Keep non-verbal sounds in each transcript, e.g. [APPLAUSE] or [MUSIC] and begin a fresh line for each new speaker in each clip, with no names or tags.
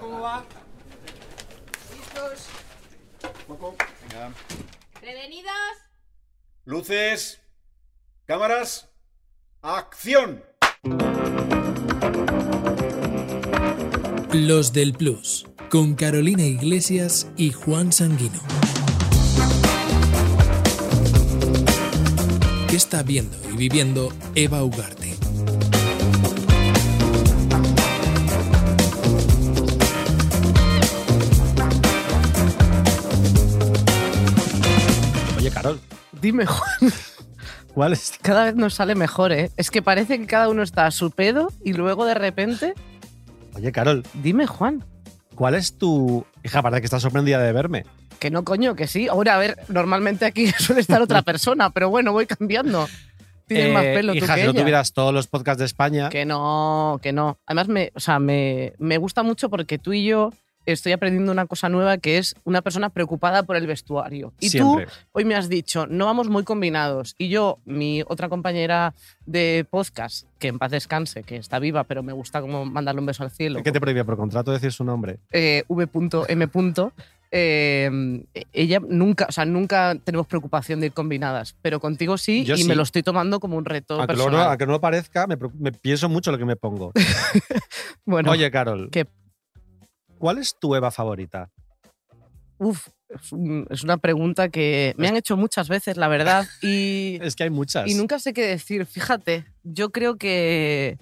¿Cómo va?
¿Listos?
Venga.
¿Prevenidos?
Luces, cámaras, acción.
Los del Plus, con Carolina Iglesias y Juan Sanguino. ¿Qué está viendo y viviendo Eva Ugarte?
Oye, Carol,
Dime, Juan.
¿cuál es?
[LAUGHS] Cada vez nos sale mejor, ¿eh? Es que parece que cada uno está a su pedo y luego de repente.
Oye, Carol,
Dime, Juan.
¿cuál es tu. Hija, parece que estás sorprendida de verme.
Que no, coño, que sí. Ahora, a ver, normalmente aquí [LAUGHS] suele estar otra persona, pero bueno, voy cambiando. Tienes
Eh,
más pelo tú
hija,
que
si no
ella.
tuvieras todos los podcasts de España.
Que no, que no. Además, me, o sea, me, me gusta mucho porque tú y yo estoy aprendiendo una cosa nueva que es una persona preocupada por el vestuario. Y
siempre.
tú hoy me has dicho, no vamos muy combinados. Y yo, mi otra compañera de podcast, que en paz descanse, que está viva, pero me gusta como mandarle un beso al cielo,
¿Qué te prohíbe por contrato decir su nombre?
eh, V.M. eh, ella nunca, o sea, nunca tenemos preocupación de ir combinadas, pero contigo sí,
Yo
y
sí.
me lo estoy tomando como un reto
Aunque, luego
personal.
no, aunque no lo parezca, me, preocup- me pienso mucho lo que me pongo.
[LAUGHS] bueno,
Oye, Carol.
¿Qué?
¿Cuál es tu Eva favorita?
uf, es, un- es una pregunta que me han hecho muchas veces, la verdad, y,
[LAUGHS] Es que hay muchas.
y nunca sé qué decir. Fíjate, yo creo que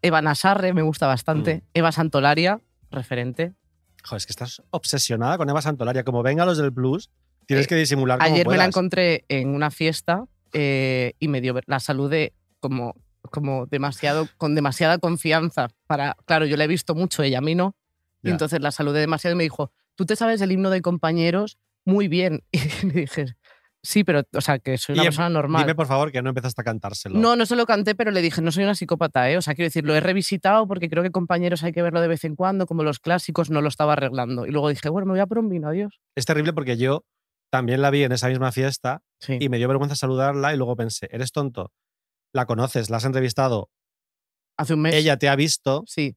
Eva Nasarre me gusta
Mm.
bastante, Eva Santolaria, referente.
Joder, es que estás obsesionada con Eva Santolaria. Como venga los del Plus, tienes
Eh,
que disimular como
Ayer me la
puedas.
encontré en una fiesta eh, y me dio la saludé como, como demasiado, con demasiada confianza. Para, claro, yo la he visto mucho, ella a mí no. Y
Ya.
entonces la saludé demasiado y me dijo, ¿tú te sabes el himno de compañeros? Muy bien. [LAUGHS] Y le dije, sí, pero, o sea, que soy una
Y em-
persona normal.
Dime, por favor, que no empezaste a cantárselo.
No, no se lo canté, pero le dije, no soy una psicópata, ¿eh? O sea, quiero decir, lo he revisitado porque creo que compañeros hay que verlo de vez en cuando, como los clásicos, no lo estaba arreglando. Y luego dije, bueno, me voy a por un vino, adiós.
Es terrible porque yo también la vi en esa misma fiesta
Sí.
y me dio vergüenza saludarla y luego pensé, eres tonto, la conoces, la has entrevistado,
Hace un mes.
ella te ha visto
Sí,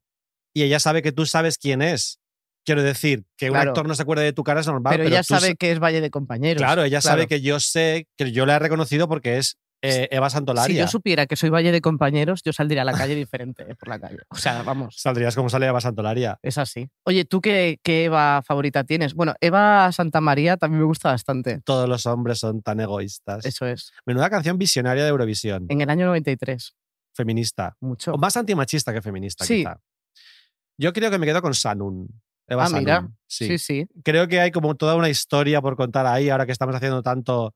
y ella sabe que tú sabes quién es. Quiero decir, que un
Claro.
actor no se acuerde de tu cara es normal.
pero, ella
tú sa-
sabe que es Valle de Compañeros.
Claro, ella sabe que yo sé, que yo la he reconocido porque es eh, Eva
Si
Santolaria.
yo supiera que soy Valle de Compañeros, yo saldría a
[LAUGHS]
la calle diferente, eh, por la calle. O sea, vamos,
Saldrías como sale Eva Santolaria.
es así. Oye, ¿tú qué, qué Eva favorita tienes? Bueno, Eva Santa María también me gusta bastante.
Todos los hombres son tan egoístas.
Eso es.
Menuda canción visionaria de Eurovisión.
En el año 93,
Feminista.
mucho.
O más antimachista que feminista,
Sí.
quizá. Yo creo que me quedo con Sanun. Eva
Ah,
Sanun.
mira.
Sí.
Sí, sí.
Creo que hay como toda una historia por contar ahí, ahora que estamos haciendo tanto,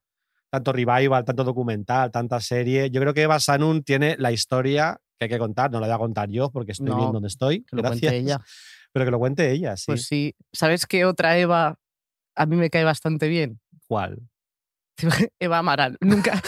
tanto revival, tanto documental, tanta serie. Yo creo que Eva Sanun tiene la historia que hay que contar. No la voy a contar yo porque estoy
No,
bien donde estoy.
Que lo
gracias.
cuente ella.
[LAUGHS] Pero que lo cuente ella, sí.
Pues sí. ¿Sabes qué otra Eva a mí me cae bastante bien? [LAUGHS]
¿Cuál?
Eva Amaral. Nunca.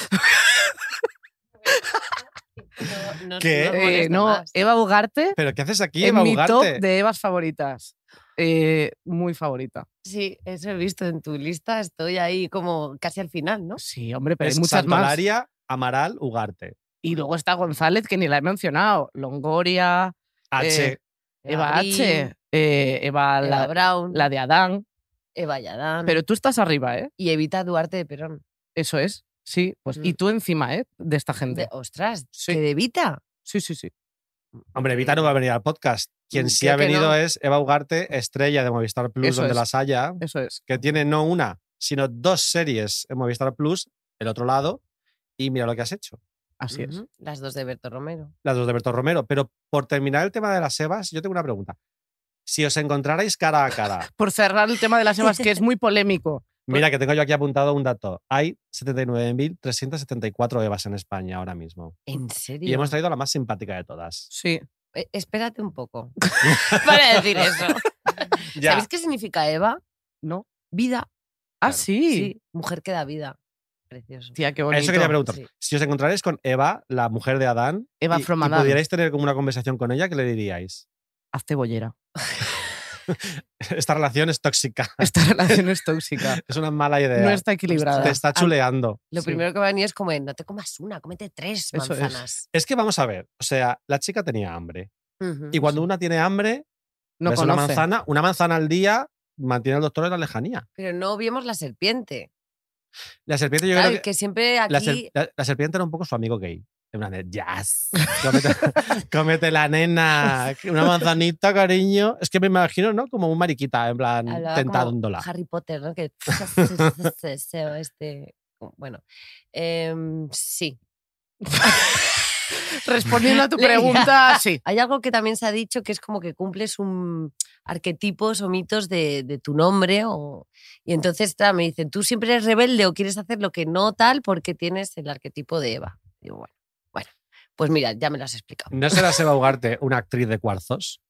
No, no,
¿Qué?
no
me
eh,
molesta
no,
más.
Eva Ugarte.
¿Pero qué haces aquí,
En
Eva
mi top
Ugarte?
de Evas favoritas. Eh, muy favorita.
Sí, eso he visto en tu lista. Estoy ahí como casi al final, ¿no?
Sí, hombre, pero
Es
hay muchas más.
Santolaria, Amaral, Ugarte.
Y luego está González, que ni la he mencionado. Longoria,
H.
Eh, Eva
Green,
H, eh, Eva,
Eva
la,
Brown,
la de Adán.
Eva Yadán
Pero tú estás arriba, ¿eh?
y Evita Duarte de Perón.
Eso es. Sí, pues. Y
Mm.
tú encima, ¿eh? De esta gente.
De- ostras,
Sí.
que de Evita.
Sí, sí, sí.
Hombre, Evita no va a venir al podcast.
mm,
Quien sí
Creo
ha
que
venido
no.
es Eva Ugarte, estrella de Movistar Plus,
Eso
donde
es.
las haya,
Eso es.
que tiene no una, sino dos series en Movistar Plus, el otro lado, y mira lo que has hecho.
Así es.
Ujú, Las dos de Berto Romero.
Las dos de Berto Romero. Pero por terminar el tema de las Evas, yo tengo una pregunta. Si os encontrarais cara a cara,
Por cerrar el tema de las Evas, que es muy polémico.
mira que tengo yo aquí apuntado un dato. Hay 79.374 Evas en España ahora mismo.
¿En serio?
Y hemos traído a la más simpática de todas.
Sí.
Eh, espérate un
[LAUGHS]
poco para decir eso.
Ya,
¿Sabéis qué significa Eva?
¿No?
Vida.
Ah,
Claro.
sí.
Sí, mujer que da vida. Precioso.
Tía, qué bonito.
eso quería preguntar.
sí.
Si os encontrarais con Eva, la mujer de Adán,
Eva
y-
from
y
Adán.
pudierais tener como una conversación con ella, ¿qué le diríais? [LAUGHS]
Haz cebollera.
esta relación es tóxica.
Esta [LAUGHS] relación
[LAUGHS]
es tóxica.
Es una mala idea.
No está equilibrada.
pues,
Ah,
Te está chuleando.
Lo
Sí.
primero que va a venir es como, no te comas una, cómete tres
Eso es.
manzanas.
Es que vamos a ver, o sea, la chica tenía hambre.
Ujú.
Y cuando una tiene hambre,
No
ves
conoce.
una manzana, una manzana al día mantiene al doctor en la lejanía.
Pero no vimos la serpiente.
La serpiente, yo
Claro,
creo
que siempre aquí.
La, ser- la- la serpiente era un poco su amigo gay. En plan de,
[LAUGHS]
jazz, cómete, cómete la nena, una manzanita, cariño. Es que me imagino, ¿no? Como un mariquita, en plan,
hablaba como
tentándola.
Harry Potter, ¿no? Que [LAUGHS] este. Bueno, em, sí.
[LAUGHS] Respondiendo [LAUGHS] a tu
Leia.
pregunta, sí.
Hay algo que también se ha dicho que es como que cumples un arquetipos o mitos de, de tu nombre. O, y entonces claro, me dicen, tú siempre eres rebelde o quieres hacer lo que no tal porque tienes el arquetipo de Eva. Digo, bueno, bueno, pues mira, ya me lo has explicado.
¿No será Seba Ugarte una actriz de cuarzos?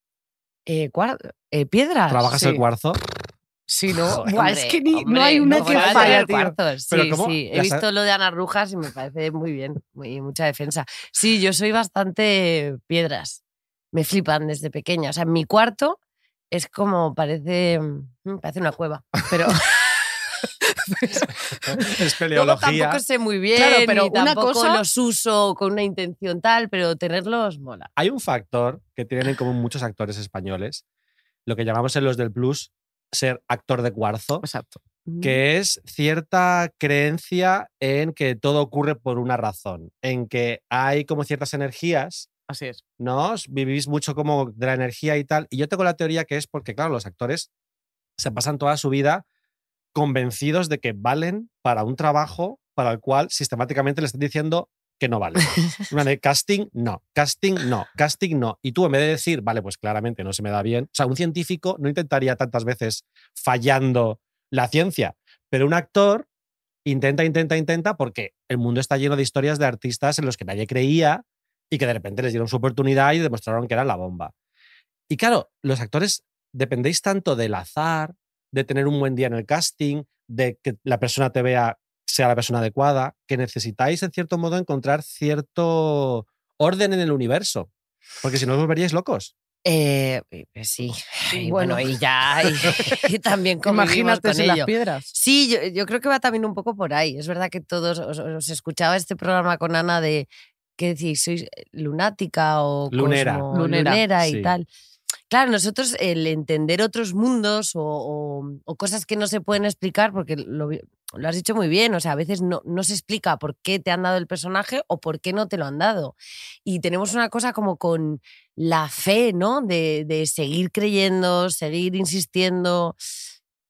Eh, cuar- eh, ¿Piedras?
¿Trabajas
sí.
el
[LAUGHS]
cuarzo? [LAUGHS]
Sí, ¿no?
Joder.
Buah, es
Hombre,
que ni- no
hombre,
hay una que
voy a
falla,
tener
tío.
cuartos.
Pero
Sí,
¿cómo?
sí. He
Las-
visto lo de Ana Rujas y me parece muy bien, muy, mucha defensa. Sí, yo soy bastante piedras. Me flipan desde pequeña. O sea, mi cuarto es como, parece, mm, parece una cueva.
[LAUGHS]
Pero [LAUGHS]
es
luego
peleología.
tampoco sé muy bien,
Claro, pero
ni
una
tampoco
cosa-
los uso con una intención tal, pero tenerlos mola.
Hay un factor que tienen en común muchos actores españoles, lo que llamamos en los del plus ser actor de cuarzo,
Exacto.
que es cierta creencia en que todo ocurre por una razón, en que hay como ciertas energías
Así es.
¿no? Os Vivís mucho como de la energía y tal. Y yo tengo la teoría que es porque, claro, los actores se pasan toda su vida convencidos de que valen para un trabajo para el cual sistemáticamente le están diciendo que no vale. de casting, no. Casting, no. Casting, no. Y tú, en vez de decir, vale, pues claramente no se me da bien. O sea, un científico no intentaría tantas veces fallando la ciencia, pero un actor intenta, intenta, intenta porque el mundo está lleno de historias de artistas en los que nadie creía y que de repente les dieron su oportunidad y demostraron que eran la bomba. Y claro, los actores dependéis tanto del azar, de tener un buen día en el casting, de que la persona te vea sea la persona adecuada, que necesitáis en cierto modo encontrar cierto orden en el universo, porque si no os volveríais locos.
Eh, pues sí. Y bueno,
bueno.
y ya.
[LAUGHS]
Y, y también convivimos
Imagínate
con
sin las
ello.
piedras.
Sí, yo, yo creo que va también un poco por ahí. Es verdad que todos os, os escuchaba este programa con Ana de que decís, sois eh, lunática o
Lunera.
cosmo-
Lunera,
lunera y
sí.
tal. Claro, nosotros el entender otros mundos o, o- o cosas que no se pueden explicar, porque lo, vi- lo has dicho muy bien, o sea, a veces no, no se explica por qué te han dado el personaje o por qué no te lo han dado. Y tenemos una cosa como con la fe, ¿no? De, de seguir creyendo, seguir insistiendo,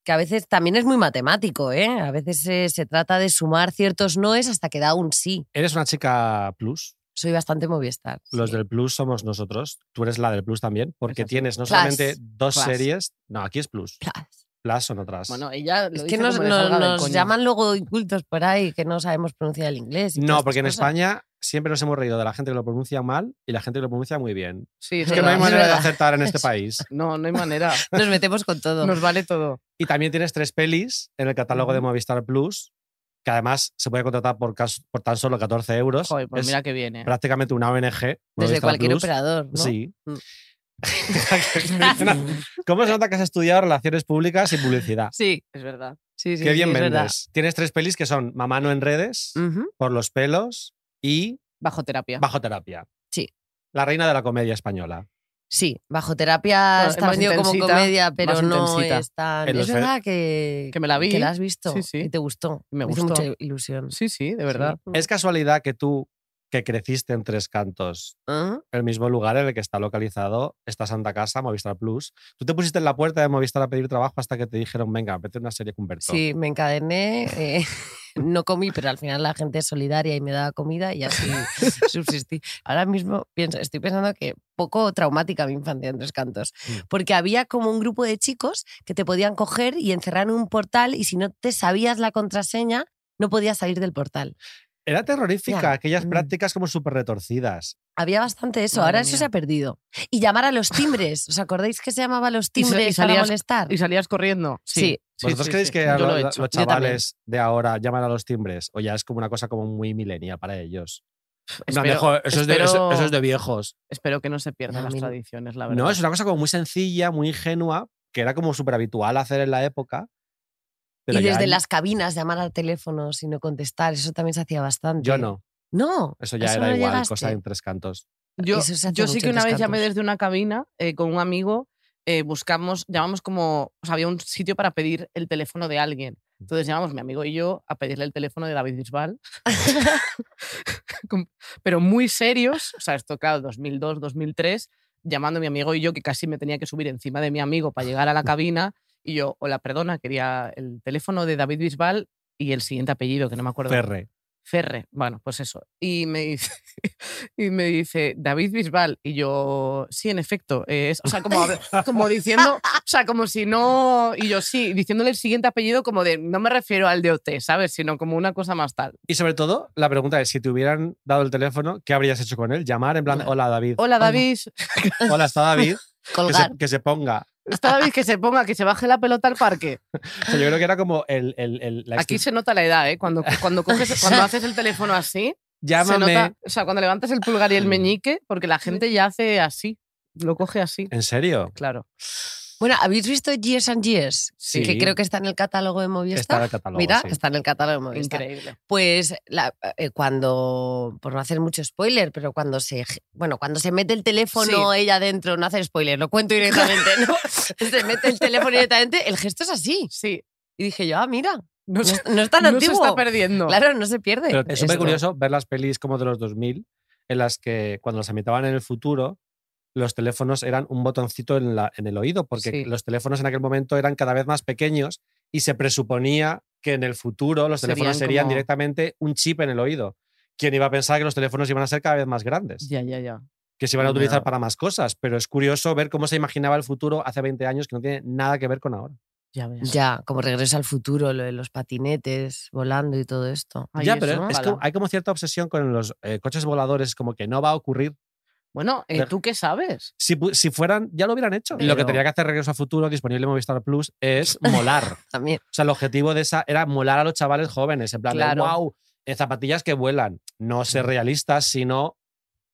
que a veces también es muy matemático, ¿eh? A veces eh, se, trata de sumar ciertos noes hasta que da un sí.
Eres una chica plus,
Soy bastante movistar.
los
[LAUGHS] sí.
del plus somos nosotros, tú eres la del plus también, porque
así.
tienes no
Plus,
solamente dos
plus.
series, no, aquí es plus,
Plas.
plus son otras.
Bueno, ella lo
Es
dice
que nos,
como le
nos-
salga del
nos
coño.
llaman luego incultos por ahí que no sabemos pronunciar el inglés. y todas
No,
estas
porque en
cosas.
España siempre nos hemos reído de la gente que lo pronuncia mal y la gente que lo pronuncia muy bien.
Sí,
Es que no hay
es
manera de
verdad.
acertar en
[LAUGHS]
este país.
No, no
[LAUGHS]
hay manera.
nos metemos con todo.
Nos vale todo.
Y también tienes tres pelis en el catálogo de
Ujú.
Movistar Plus, que además se puede contratar por, cas- por tan solo 14 euros.
Joder, pues
es
mira que viene.
prácticamente una ONG.
Desde
Movistar
cualquier
Plus.
operador, ¿no?
Sí.
Mm.
[LAUGHS] ¿Cómo se nota que has estudiado relaciones públicas y publicidad?
Sí,
Es verdad.
sí, sí.
Qué
sí,
bien
es verdad. Mm.
vendes. Tienes tres pelis que son Mamano en redes,
Ujú.
Por los pelos y
Bajo terapia.
Bajo terapia.
Sí.
La reina de la comedia española.
Sí, bajo terapia
Bueno, es
está
más
vendido como
intensita,
comedia, pero
más
no
intensita.
es tan.
En
Es
los fe-
verdad que,
Que me la vi.
Que la has visto
Sí, sí.
y te gustó.
Me gustó.
hizo mucha ilusión.
Sí, sí, de verdad.
Sí.
¿Es casualidad que tú, que creciste en Tres Cantos,
¿Ah?
el mismo lugar en el que está localizado esta Santa Casa, Movistar Plus, tú te pusiste en la puerta de Movistar a pedir trabajo hasta que te dijeron, venga, vete a una serie con Berto?
Sí, me encadené. eh, [LAUGHS] no comí, pero al final la gente es solidaria y me daba comida y
[LAUGHS]
así subsistí. Ahora mismo pienso, estoy pensando que poco traumática mi infancia en Tres Cantos,
Mm.
porque había como un grupo de chicos que te podían coger y encerrar en un portal y si no te sabías la contraseña, no podías salir del portal.
Era terrorífica,
Ya,
aquellas
mm.
prácticas como súper retorcidas.
Había bastante eso,
Madre
ahora eso
mía.
se ha perdido. Y llamar a los timbres, ¿os acordáis que se llamaba los
Y sa- y
timbres para
salías-
molestar?
¿Y salías corriendo?
Sí.
¿Vosotros
sí,
creéis
sí.
que
Yo
a
lo
lo-
he
lo-
hecho.
los
yo también.
chavales de ahora llaman a los timbres o ya es como una cosa como muy milenial para ellos? En plan de,
Espero-
"Joder, eso, es de, eso-
espero-
eso es de viejos.
Espero que no se pierdan
No, a
las
mí no.
tradiciones, la verdad.
No, es una cosa como muy sencilla, muy ingenua, que era como súper habitual hacer en la época. pero
y
ya
desde
hay-
las cabinas llamar al teléfono y no contestar, eso también se hacía bastante.
Yo no,
No.
eso ya
¿a
era
no
igual,
llegaste?
cosa en tres cantos.
Yo,
Eso se hace
yo
mucho
sí que
en
una vez llamé
Descantos.
desde una cabina eh, con un amigo eh, buscamos, llamamos como, o sea, había un sitio para pedir el teléfono de alguien. Entonces llamamos mi amigo y yo a pedirle el teléfono de David
[LAUGHS]
Bisbal. [LAUGHS] Con- Pero muy serios, o sea, esto claro, 2002, 2003, llamando a mi amigo y yo que casi me tenía que subir encima de mi amigo para llegar a
[LAUGHS]
la cabina. Y yo, hola, perdona, quería el teléfono de David Bisbal y el siguiente apellido, que no me acuerdo.
Ferre.
Ferre, bueno, pues eso. Y me dice, [LAUGHS] y me dice David Bisbal. Y yo, sí, en efecto. eh, es, o sea, como, hab- como diciendo, o sea, como si no. Y yo, sí, diciéndole el siguiente apellido, como de, no me refiero al de OT, ¿sabes? Sino como una cosa más tal.
Y sobre todo, la pregunta es, si te hubieran dado el teléfono, ¿qué habrías hecho con él? Llamar en plan, hola David.
Hola, David.
Hola, está David. que,
Colgar.
se, que se ponga.
Está David que se ponga, que se baje la pelota al parque.
O sea, yo creo que era como el... el- el- la
Aquí
extin-
se nota la edad, ¿eh? Cuando, cuando, coges, cuando haces el teléfono así, se
Llámame.
nota. O sea, cuando levantas el pulgar y el meñique, porque la gente ya hace así. Lo coge así.
¿En serio?
Claro.
Bueno, ¿habéis visto Years and Years?
Sí.
Que creo que está en el catálogo de Movistar.
Está en el catálogo,
Mira,
sí.
está en el catálogo de Movistar.
Increíble.
Pues la- eh, cuando, por no hacer mucho spoiler, pero cuando se, bueno, cuando se mete el teléfono ella dentro, no hacer spoiler, lo cuento directamente,
[LAUGHS]
¿no? [LAUGHS] se mete el teléfono directamente, el gesto es así.
Sí,
Y dije yo, ah, mira,
no
no,
se,
es- no es tan
no se
antiguo.
está perdiendo.
Claro, no se pierde.
Pero es súper
esto.
curioso ver las pelis como de los 2000, en las que cuando las ambientaban en el futuro, los teléfonos eran un botoncito en, la- en el oído, porque
Sí.
los teléfonos en aquel momento eran cada vez más pequeños y se presuponía que en el futuro los teléfonos
Serían
serían
como-
directamente un chip en el oído. ¿Quién iba a pensar que los teléfonos iban a ser cada vez más grandes?
Ya, ya, ya.
Que se iban a
Ya.
utilizar para más cosas, pero es curioso ver cómo se imaginaba el futuro hace 20 años que no tiene nada que ver con ahora.
Ya ves.
Ya, como regreso al futuro, lo de los patinetes volando y todo esto.
Ay,
ya,
eso,
pero es que
ojalá.
hay como cierta obsesión con los eh, coches voladores, como que no va a ocurrir
Bueno, eh,
Deja-
¿tú qué sabes?
si, pu- si fueran, ya lo hubieran hecho. Lo que
Pero-
tenía que hacer Regreso a Futuro, disponible en Movistar Plus, es molar. o
También.
sea, el objetivo de esa era molar a los chavales jóvenes. En plan,
Claro.
wow, zapatillas que vuelan. No ser realistas, sino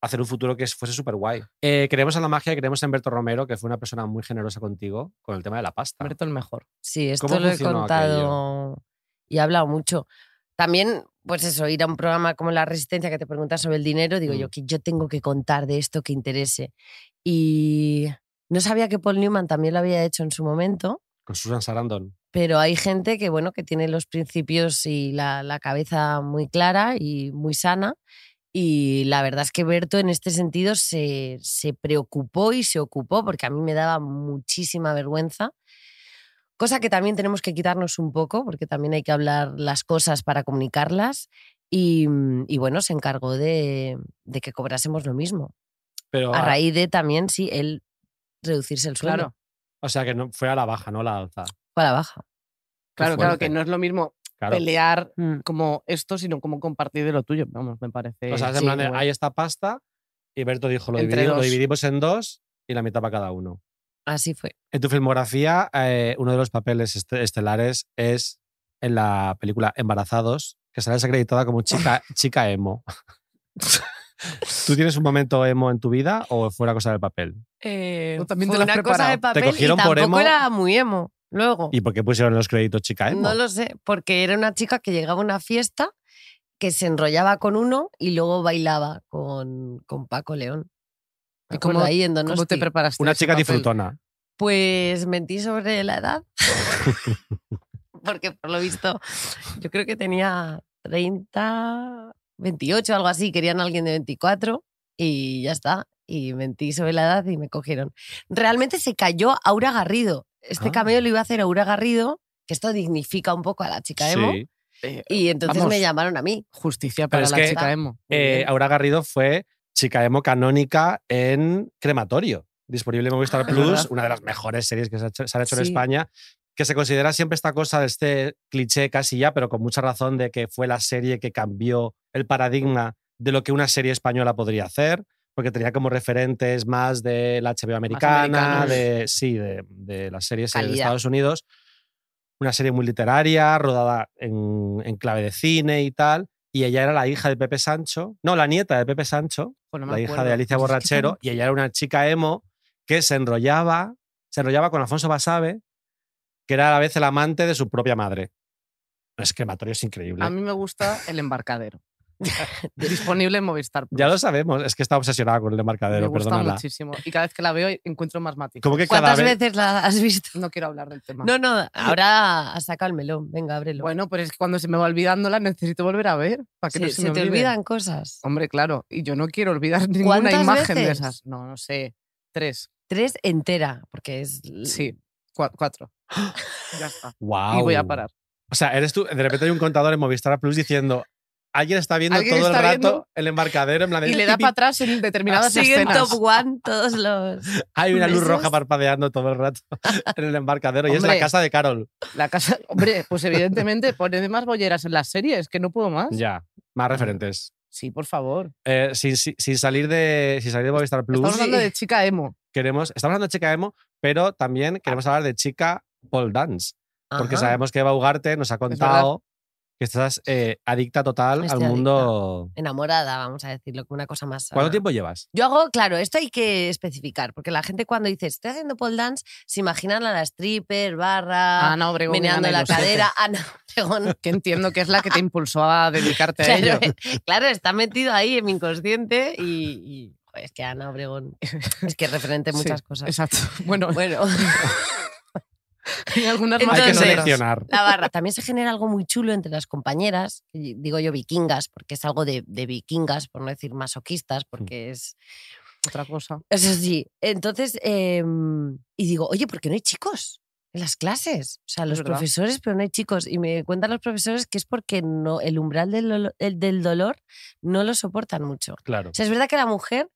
hacer un futuro que fuese súper guay. creemos en la magia, creemos en Berto Romero, que fue una persona muy generosa contigo con el tema de la pasta.
Berto el mejor.
Sí, esto
¿Cómo
lo he
funcionó
contado y he hablado mucho. También, pues eso, ir a un programa como La Resistencia que te pregunta sobre el dinero, digo
Mm.
yo que yo tengo que contar de esto que interese. Y no sabía que Paul Newman también lo había hecho en su momento,
Con Susan Sarandon.
pero hay gente que, bueno, que tiene los principios y la, la cabeza muy clara y muy sana. Y la verdad es que Berto en este sentido se, se preocupó y se ocupó, porque a mí me daba muchísima vergüenza. Cosa que también tenemos que quitarnos un poco, porque también hay que hablar las cosas para comunicarlas. Y, mm, y bueno, se encargó de, de que cobrásemos lo mismo.
Pero,
A
ah,
raíz de también, sí, él reducirse el sueldo
Claro,
o sea, que no, fue a la baja, no a la alza.
para la baja.
claro, claro,
fuerte.
que no es lo mismo
Claro.
pelear
Mm.
como esto, sino como compartir de lo tuyo. Vamos, me parece.
O sea, es en
sí,
plan, de,
muy bueno.
hay esta pasta y Berto dijo, lo,
Entre
dividimos- lo
dos.
dividimos en dos y la mitad para cada uno.
Así fue.
En tu filmografía, eh, uno de los papeles est- estelares es en la película Embarazados, que sales acreditada
Oh.
como chica, chica emo. [LAUGHS] ¿Tú tienes un momento emo en tu vida o fue una cosa del papel?
Tú también te
Eh, fue
lo has
una cosa de
preparado. Te
papel
cogieron
y
por emo.
tampoco era muy emo. Luego,
¿Y por qué pusieron en los créditos chica emo?
no lo sé, porque era una chica que llegaba a una fiesta que se enrollaba con uno y luego bailaba con, con Paco León.
¿Y
Me
cómo-
acuerdo ahí en
¿Cómo Ah, te
Donosti.
preparaste?
una
ese
chica
papel?
disfrutona.
Pues mentí sobre la edad. [LAUGHS] Porque por lo visto, yo creo que tenía 30, 28, algo así. Querían a alguien de 24 y ya está. Y mentí sobre la edad y me cogieron. Realmente se cayó Aura Garrido. Este
Ah.
cameo lo iba a hacer Aura Garrido, que esto dignifica un poco a la chica emo.
Sí.
Eh,
Y entonces
Vamos.
me llamaron a mí.
Justicia
Pero
para
es
la
que-
chica emo.
Eh, Aura Garrido fue chica emo canónica en Crematorio, disponible en Movistar
Ah,
Plus,
¿verdad?
una de las mejores series que se ha hecho, se han hecho en
Sí.
España, que se considera siempre esta cosa de este cliché casi ya, pero con mucha razón de que fue la serie que cambió el paradigma de lo que una serie española podría hacer, porque tenía como referentes más de la HBO americana,
americanos.
de, eh, sí, de, de las series de
Calidad.
Estados Unidos. Una serie muy literaria, rodada en- en clave de cine y tal y ella era la hija de Pepe Sancho, no, la nieta de Pepe Sancho,
Jo, no me
la hija
acuerdo.
de Alicia
Pues es que
Borrachero, y ella era una chica emo que se enrollaba, se enrollaba con Alfonso Basabe, que era a la vez el amante de su propia madre. Es crematorio, es
A
increíble.
[LAUGHS]
mí me gusta el embarcadero. Disponible en Movistar. Plus.
Ya lo sabemos, es que está obsesionada con el de
Me
Marcadero,
gusta
perdónala.
muchísimo. Y cada vez que la veo encuentro más matices.
Como que cada
¿Cuántas
vez.
veces la has visto?
No quiero hablar del tema.
No, no, ahora has sacado el melón. Venga, ábrelo.
Bueno, pero es que cuando se me va olvidando la necesito volver a ver. Para que
se,
no se,
se
me
te
olvide.
olvidan cosas.
Hombre, claro. Y yo no quiero olvidar [LAUGHS] ninguna
¿Cuántas
imagen de
veces?
esas. No, no sé. Tres.
Tres entera, porque es.
Sí. cua- cuatro.
[GASPS]
ya está.
Wow.
Y voy a parar.
O sea, eres tú. De repente hay un contador en Movistar Plus diciendo. Alguien está viendo
Alguien
todo
está
el rato
viendo-
el embarcadero en plan de,
Y le da para atrás en determinadas
Sigue en
escenas.
top one todos [LAUGHS] los.
Hay una luz
Besos.
roja parpadeando todo el rato [LAUGHS] en el embarcadero y es la
Hombre.
casa de Carol.
La casa. Hombre, pues evidentemente pone más bolleras en las series, que no puedo más.
Ya, más referentes.
Sí, por favor.
Eh, sin, sin- sin salir de, sin salir de Movistar Plus,
Estamos
Sí.
hablando de chica emo.
queremos, estamos hablando de chica emo, pero también queremos hablar de chica pole dance, porque
Ajá.
sabemos que Eva Ugarte nos ha contado que estás eh, adicta total
Estoy
al
adicta.
mundo.
Enamorada, vamos a decirlo, como una cosa más. sana.
¿Cuánto tiempo llevas?
Yo hago, claro, esto hay que especificar, porque la gente cuando dice estoy haciendo pole dance, se imaginan a la stripper, barra,
Ana Ah, Obregón. y
Ah, meneando
Ana
la
Ilosete,
cadera, [LAUGHS] Ana Obregón.
Que entiendo que es la que te impulsó a
[LAUGHS]
dedicarte a ello.
Claro, eh, claro, está metido ahí en mi inconsciente y, y, joder, es que Ana Obregón [LAUGHS] es que es referente en
Sí,
muchas cosas.
Exacto. [LAUGHS] Bueno,
Bueno,
hay algunas más
Hay que
que no
Entonces-
otras.
seleccionar.
la barra. También se genera algo muy chulo entre las compañeras, y digo yo vikingas, porque es algo de, de vikingas, por no decir masoquistas, porque es [LAUGHS]
Otra cosa.
Eso sí. Entonces, em, y digo, oye, ¿por qué no hay chicos en las clases? O sea, los
verdad.
profesores, pero no hay chicos. Y me cuentan los profesores que es porque no, el umbral del, dolo- el- del dolor no lo soportan mucho.
Claro.
O sea, es verdad que la mujer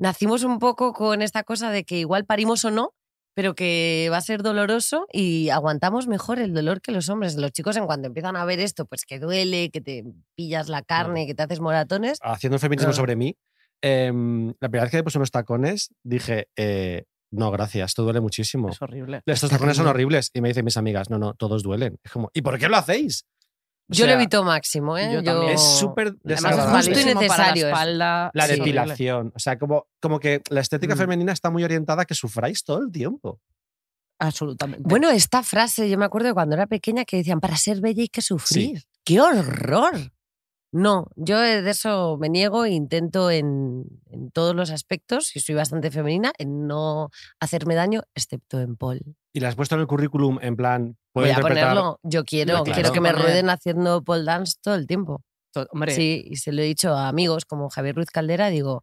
nacimos un poco con esta cosa de que igual parimos o no, pero que va a ser doloroso y aguantamos mejor el dolor que los hombres. Los chicos, en cuanto empiezan a ver esto, pues que duele, que te pillas la carne, que te haces moratones.
Haciendo un feminismo
Claro.
sobre mí, em, la primera vez que me puse unos tacones, dije, eh, no, gracias, esto duele muchísimo.
Es horrible.
Estos tacones son horribles. Y me dicen mis amigas, no, no, todos duelen. Es como, ¿y por qué lo hacéis? O sea,
Yo lo evito máximo, ¿eh?
yo también.
Es súper
Además es
desagradable.
justo y
malísimo para
necesario
la
es.
espalda.
la
es horrible.
depilación. O sea, como, como que la estética
Mm.
femenina está muy orientada a que sufráis todo el tiempo.
Absolutamente.
Bueno, esta frase, yo me acuerdo de cuando era pequeña que decían, para ser bella hay que sufrir. ¡Qué horror! No, yo de eso me niego e intento en, en todos los aspectos, y soy bastante femenina, en no hacerme daño, excepto en Paul.
Y la has puesto en el currículum en plan, puedo
Voy a
interpretar.
ponerlo, yo quiero,
Claro.
quiero que me
Poner-
rueden haciendo pole dance todo el tiempo.
To- hombre,
Sí, y se lo he dicho a amigos como Javier Ruiz Caldera, digo,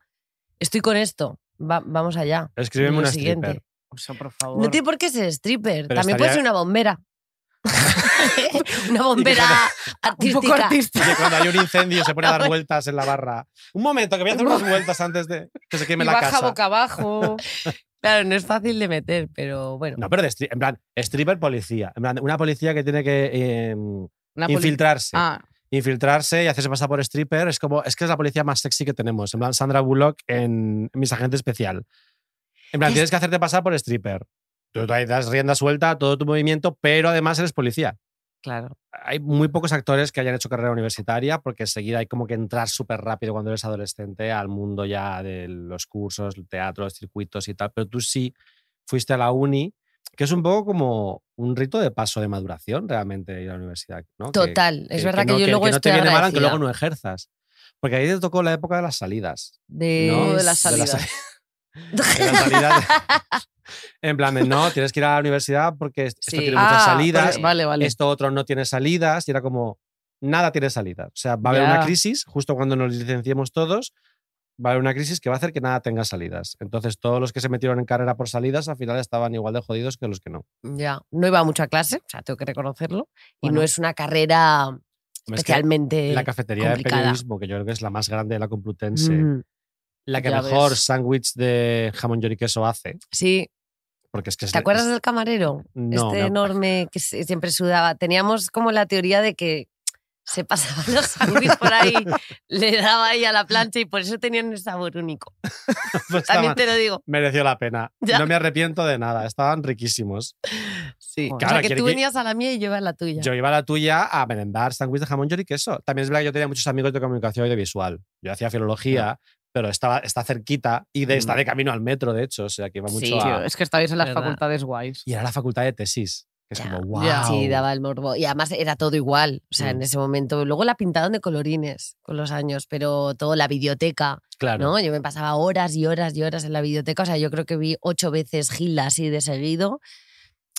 estoy con esto, va- vamos allá.
Escríbeme
Lo
una
siguiente.
stripper.
o sea, por favor.
No tiene por qué ser stripper.
Pero
También
estaría-
puede ser una bombera.
[LAUGHS]
una bombera
Un
artística.
poco artista.
[LAUGHS] Y cuando hay un incendio se pone
[LAUGHS]
a dar vueltas en la barra. Un momento, que voy a hacer unas vueltas antes de que se
Y
queme la
baja
casa. [LAUGHS]
boca abajo.
Claro, no es fácil de meter, pero bueno.
No, pero de stri- en plan, stripper policía. En plan, una policía que tiene que eh,
Una poli-
infiltrarse.
Ah,
infiltrarse y hacerse pasar por stripper es como es que es la policía más sexy que tenemos en plan Sandra Bullock en Mis Agentes Especial en plan
Es-
tienes que hacerte pasar por stripper tú ahí das rienda suelta a todo tu movimiento pero además eres policía
Claro.
hay muy pocos actores que hayan hecho carrera universitaria porque enseguida hay como que entrar súper rápido cuando eres adolescente al mundo ya de los cursos, el teatro, los circuitos y tal, pero tú sí fuiste a la uni, que es un poco como un rito de paso de maduración realmente ir a la universidad. ¿no? Que-
Total. es
que-
verdad
que
que,
no-
yo luego
no
estoy
te viene mal aunque
agradecida.
luego no ejerzas. Porque ahí te tocó la época de las salidas.
de...
¿no?
de las salidas.
[LAUGHS]
[LAUGHS] de las salidas. en plan, de, no, tienes que ir a la universidad porque esto
Sí. pues
tiene
ah,
muchas salidas,
vale, Vale, vale.
esto otro no tiene salidas, y era como, nada tiene salidas. O sea, va a haber
Ya.
una crisis, justo cuando nos licenciemos todos, va a haber una crisis que va a hacer que nada tenga salidas. Entonces, todos los que se metieron en carrera por salidas, al final estaban igual de jodidos que los que no.
Ya. No iba mucho a clase, o sea, tengo que reconocerlo. Y
Bueno.
no es una carrera
Es que
especialmente.
la cafetería
complicada.
de periodismo, que yo creo que es la más grande de la Complutense,
Mm,
la que
ya
mejor
ves.
sándwich de jamón y queso hace,
Sí.
porque es que es-
¿Te acuerdas
es-
del camarero?
[LAUGHS] No,
este
me ac-
enorme que se- siempre sudaba. Teníamos como la teoría de que se [LAUGHS] pasaba los sándwiches
[LAUGHS]
por ahí, le daba ahí a la plancha y por eso tenían un sabor único.
pues
También
estaba-
te lo digo.
Mereció la pena.
[LAUGHS] Ya.
No me arrepiento de nada. Estaban riquísimos.
Sí.
o sea,
Claro,
que
quiere
tú
que-
venías a la mía y yo a la tuya.
Yo iba a la tuya a merendar sándwich de jamón york y queso. También es verdad que yo tenía muchos amigos de comunicación audiovisual. Yo hacía filología, pero estaba está cerquita y de, está de camino al metro, de hecho. O sea, que iba mucho
Mm. Sí, eh.
a...
Tío, es que estáis en las
Verdad.
facultades guays.
Y era la facultad de tesis, Es
Ya,
como, Mm. wow.
ya.
Sí, daba el morbo. Y además era todo igual, o sea,
Sí.
en ese momento. Luego la pintaron de colorines con los años, pero todo, la biblioteca,
Claro.
¿no? Yo me pasaba horas y horas y horas en la biblioteca, o sea, yo creo que vi ocho veces Gilda así de seguido.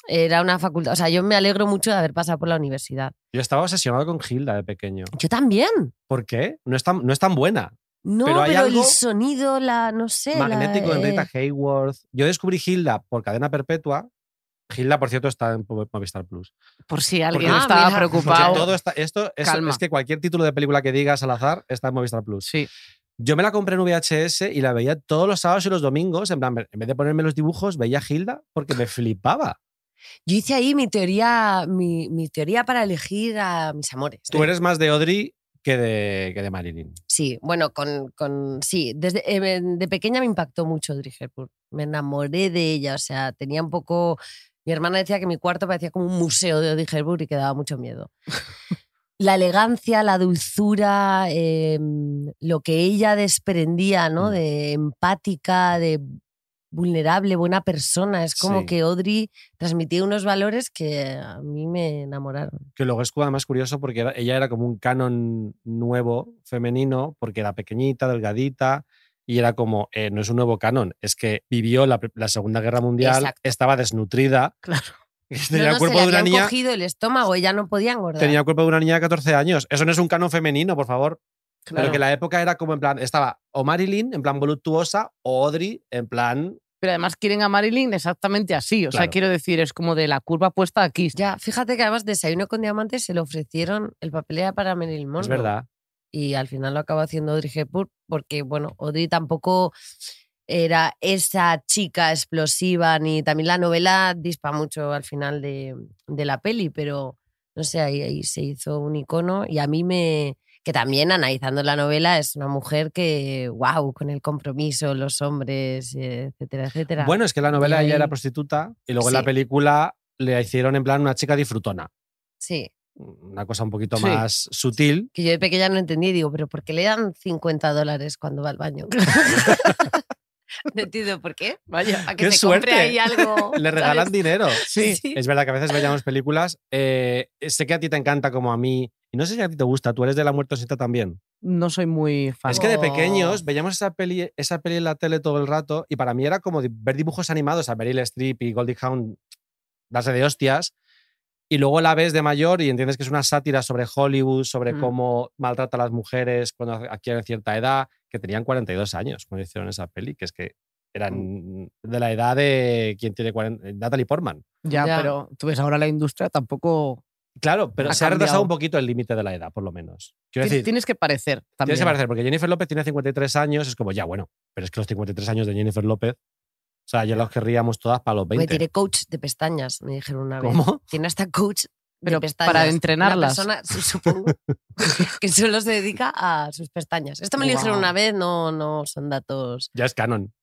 Era una facultad, o sea, yo me alegro mucho de haber pasado por la universidad.
Yo estaba obsesionado con Hilda de pequeño.
Yo también.
¿Por qué? No es tan, no es tan buena.
No,
Pero
pero,
hay algo
el sonido, la, no sé. la-
Magnético en
eh,
Rita Hayworth. Yo descubrí Hilda por cadena perpetua. Hilda, por cierto, está en Movistar Plus.
Por si alguien
Porque-
estaba
Ah, mira.
Porque
preocupado.
todo está, esto es,
Calma.
es que cualquier título de película que digas al azar está en Movistar Plus.
Sí.
Yo me la compré en VHS y la veía todos los sábados y los domingos. En plan, en vez de ponerme los dibujos, veía a Hilda porque me flipaba.
Yo hice ahí mi teoría, mi, mi teoría para elegir a mis amores.
Tú eres más de Audrey que de, que de Marilyn.
Sí, bueno, con, con sí, desde eh, me- de pequeña me impactó mucho Audrey Hepburn. Me enamoré de ella, o sea, tenía un poco mi hermana decía que mi cuarto parecía como un museo de Audrey Hepburn y que daba mucho miedo. La elegancia, la dulzura, eh, lo que ella desprendía, ¿no?
Mm.
De empática, de vulnerable, buena persona. Es como
Sí.
que Audrey transmitía unos valores que a mí me enamoraron.
Que luego es cu- además curioso porque era- ella era como un canon nuevo femenino porque era pequeñita, delgadita. Y era como, eh, no es un nuevo canon, es que vivió la, la Segunda Guerra Mundial,
Exacto.
estaba desnutrida,
Claro.
[LAUGHS] tenía
no,
el
no,
cuerpo de
se le
una
habían
niña
cogido el estómago, ella no podía engordar.
tenía el cuerpo de una niña de 14 años. Eso no es un canon femenino, por favor.
claro.
Pero que la época era como en plan, estaba o Marilyn en plan voluptuosa o Audrey en plan...
Pero además quieren a Marilyn exactamente así. O sea,
Claro.
quiero decir, es como de la curva puesta aquí.
Ya, fíjate que además Desayuno con Diamantes se le ofrecieron el papel era para Marilyn Monroe.
Es verdad.
Y al final lo acabó haciendo Audrey Hepburn porque, bueno, Audrey tampoco era esa chica explosiva ni también la novela dispa mucho al final de, de la peli, pero no sé, ahí, ahí se hizo un icono y a mí me... Que también analizando la novela es una mujer que, wow, con el compromiso, los hombres, eh, etcétera, etcétera.
Bueno, es que en la novela
Y
ella era
ahí-
prostituta y luego en la
Sí.
película le hicieron en plan una chica disfrutona.
sí.
Una cosa un poquito
Sí.
más sutil.
que yo de pequeña no entendí y digo, pero ¿por qué le dan 50 dólares cuando va
[LAUGHS]
al baño? [LAUGHS] no entiendo por qué.
Vaya.
A que
¡Qué
se
suerte!
compre ahí
[LAUGHS]
algo. [LAUGHS]
Le
¿sabes?
regalan dinero.
Sí.
Sí.
Es verdad que a veces veíamos películas. eh, sé que a ti te encanta como a mí. Y no sé si a ti te gusta. Tú eres de la muertosita también.
No soy muy fan.
Es que de
Oh.
pequeños veíamos esa peli, esa peli en la tele todo el rato y para mí era como di- ver dibujos animados a Meryl Streep y Goldie Hawn darse de hostias y luego la ves de mayor y entiendes que es una sátira sobre Hollywood, sobre
Mm.
cómo maltrata a las mujeres cuando hace- adquieren cierta edad, que tenían 42 años cuando hicieron esa peli, que es que
Mm.
eran de la edad de quien tiene 40, Natalie Portman.
Ya,
Ya.
pero tú ves ahora la industria tampoco.
Claro, pero
Ha
se ha retrasado
cambiado.
un poquito el límite de la edad, por lo menos. Quiero
Tien-
decir,
Tienes que parecer también.
Tienes que parecer, porque Jennifer López tiene 53 años, es como, ya, bueno, pero es que los 53 años de Jennifer López, o sea, ya los querríamos todas para los
Me
20.
tiene coach de pestañas, me dijeron una vez.
¿Cómo?
Tiene hasta coach
Pero
de pestañas.
para
Una
entrenarlas.
persona, su-
[LAUGHS]
supongo, que solo se dedica a sus pestañas. Esto me lo dijeron
Guau.
una vez, no, no son datos
Ya es canon.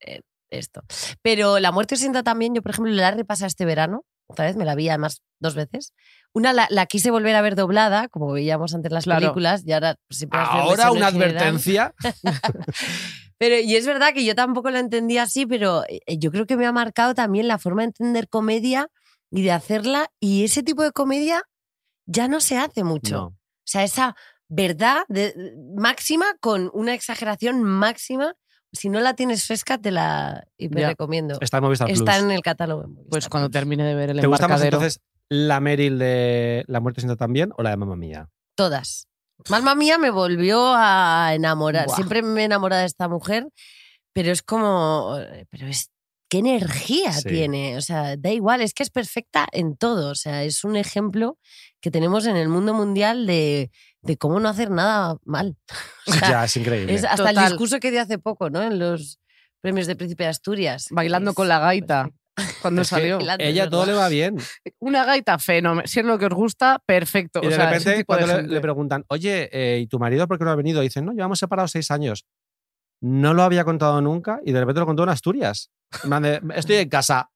esto. Pero La Muerte Sienta también, yo por ejemplo la repasé este verano, otra vez me la vi además dos veces. Una la, la quise volver a ver doblada, como veíamos antes las
Claro.
películas, y ahora pues, siempre las veo en
Ahora
versión
una
original.
advertencia.
Pero, y es verdad que yo tampoco la entendí así, pero eh, yo creo que me ha marcado también la forma de entender comedia y de hacerla, y ese tipo de comedia ya no se hace mucho.
No.
O sea, esa verdad de- máxima con una exageración máxima. Si no la tienes fresca, te la hiperrecomiendo.
Está en Movistar
Está
Plus.
en el catálogo. en Movistar
Pues cuando
Plus.
termine de ver el
¿Te gusta más
embarcadero.
entonces la Meryl de La Muerte Sienta también o la de Mamma Mía?
Todas. Mamma mía me volvió a enamorar.
Buah.
Siempre me he enamorado de esta mujer, pero es como. eh, Pero es. ¿Qué energía
Sí.
tiene? O sea, da igual, es que es perfecta en todo. O sea, es un ejemplo que tenemos en el mundo mundial de, de cómo no hacer nada mal. [LAUGHS] O sea,
Ya, es increíble.
Es hasta
Total.
el discurso que dio hace poco, ¿no? En los premios de Príncipe de Asturias.
Bailando
Es
con la gaita.
perfecto.
Cuando
Es que
salió.
bailando, es
Ella todo le
verdad.
va bien.
Una gaita fenómeno. Si es lo que os gusta, perfecto. [LAUGHS]
Y
o
de
sea, ese
repente,
tipo de
cuando le,
gente.
le preguntan, oye, eh, ¿y tu marido por qué no ha venido? Dicen, no, llevamos separados seis años. No lo había contado nunca y de repente lo contó en Asturias. En plan de, Estoy en casa.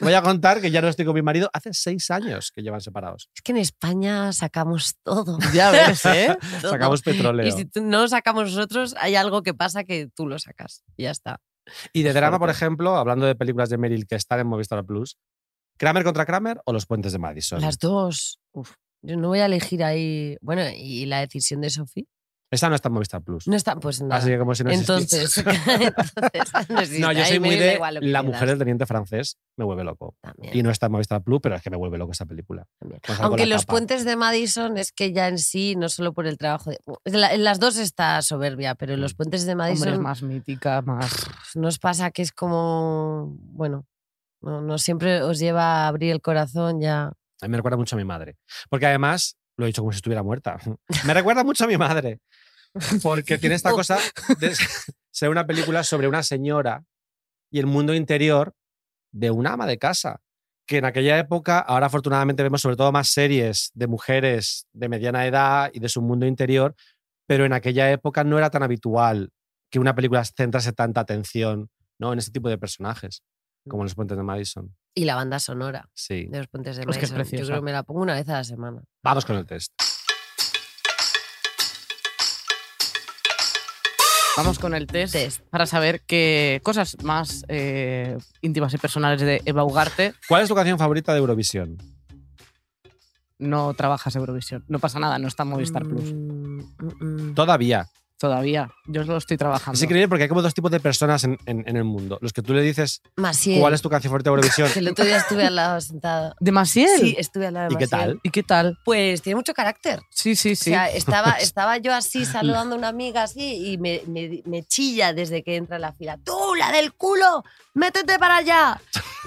Voy a contar que ya no estoy con mi marido. Hace seis años que llevan separados.
Es que en España sacamos todo.
Ya
[LAUGHS]
ves, [LAUGHS] ¿eh?
todo.
Sacamos petróleo.
Y si tú- no lo sacamos nosotros, hay algo que pasa que tú lo sacas. Y ya está.
Y de drama, por ejemplo, hablando de películas de Meryl que están en Movistar Plus, ¿Kramer contra Kramer o los puentes de Madison?
Las dos. Uf, yo no voy a elegir ahí. Bueno, y la decisión de Sofía.
Esta no está en Movistar Plus.
No está, pues nada.
Así que como si Ah, no existiese.
entonces, [LAUGHS] entonces,
[LAUGHS]
existe.
No, yo
Ahí
soy
me
muy
da
de
igual lo que
La
quieras.
mujer del teniente francés me vuelve loco.
También,
Y no está en Movistar Plus, pero es que me vuelve loco esa película.
también.
Pues algo
Aunque
la
los
tapa.
puentes de Madison es que ya en sí, no solo por el trabajo de. es la- En las dos está soberbia,
Mm.
pero en los puentes de
Hombre, es
Madison
más mítica, más.
nos pasa que es como. Bueno, no, no siempre os lleva a abrir el corazón ya.
A mí me recuerda mucho a mi madre. Porque además, lo he dicho como si estuviera muerta. [LAUGHS] Me recuerda mucho a mi madre. Porque tiene esta cosa de [LAUGHS] ser una película sobre una señora y el mundo interior de una ama de casa. Que en aquella época, ahora afortunadamente vemos sobre todo más series de mujeres de mediana edad y de su mundo interior, pero en aquella época no era tan habitual que una película centrase tanta atención ¿no? en este tipo de personajes, como en Los Puentes de Madison.
Y la banda sonora
Sí.
de los puentes de
Es que es
Madison. Yo
preciosa.
creo que me la pongo una vez a la semana.
Vamos con el test.
Vamos con el test,
Test.
para saber qué cosas más eh, íntimas y personales de Eva Ugarte
¿Cuál es tu canción favorita de Eurovisión?
no trabajas Eurovisión. No pasa nada, no está en Movistar Plus.
Mm, mm, mm.
Todavía.
Todavía. Yo lo estoy trabajando.
Es increíble porque hay como dos tipos de personas en, en- en el mundo. Los que tú le dices
Maciel.
cuál es tu canción favorita de
[LAUGHS]
Eurovisión
Que el otro día estuve al lado sentado.
¿De Maciel?
Sí, estuve al lado de
¿Y qué
Maciel.
tal?
¿Y qué tal?
Pues tiene mucho carácter.
Sí, sí, sí.
O sea,
[LAUGHS]
estaba, estaba yo así saludando a una amiga así y me, me- me chilla desde que entra en la fila. ¡Tú, la del culo! ¡Métete
[LAUGHS]
para allá!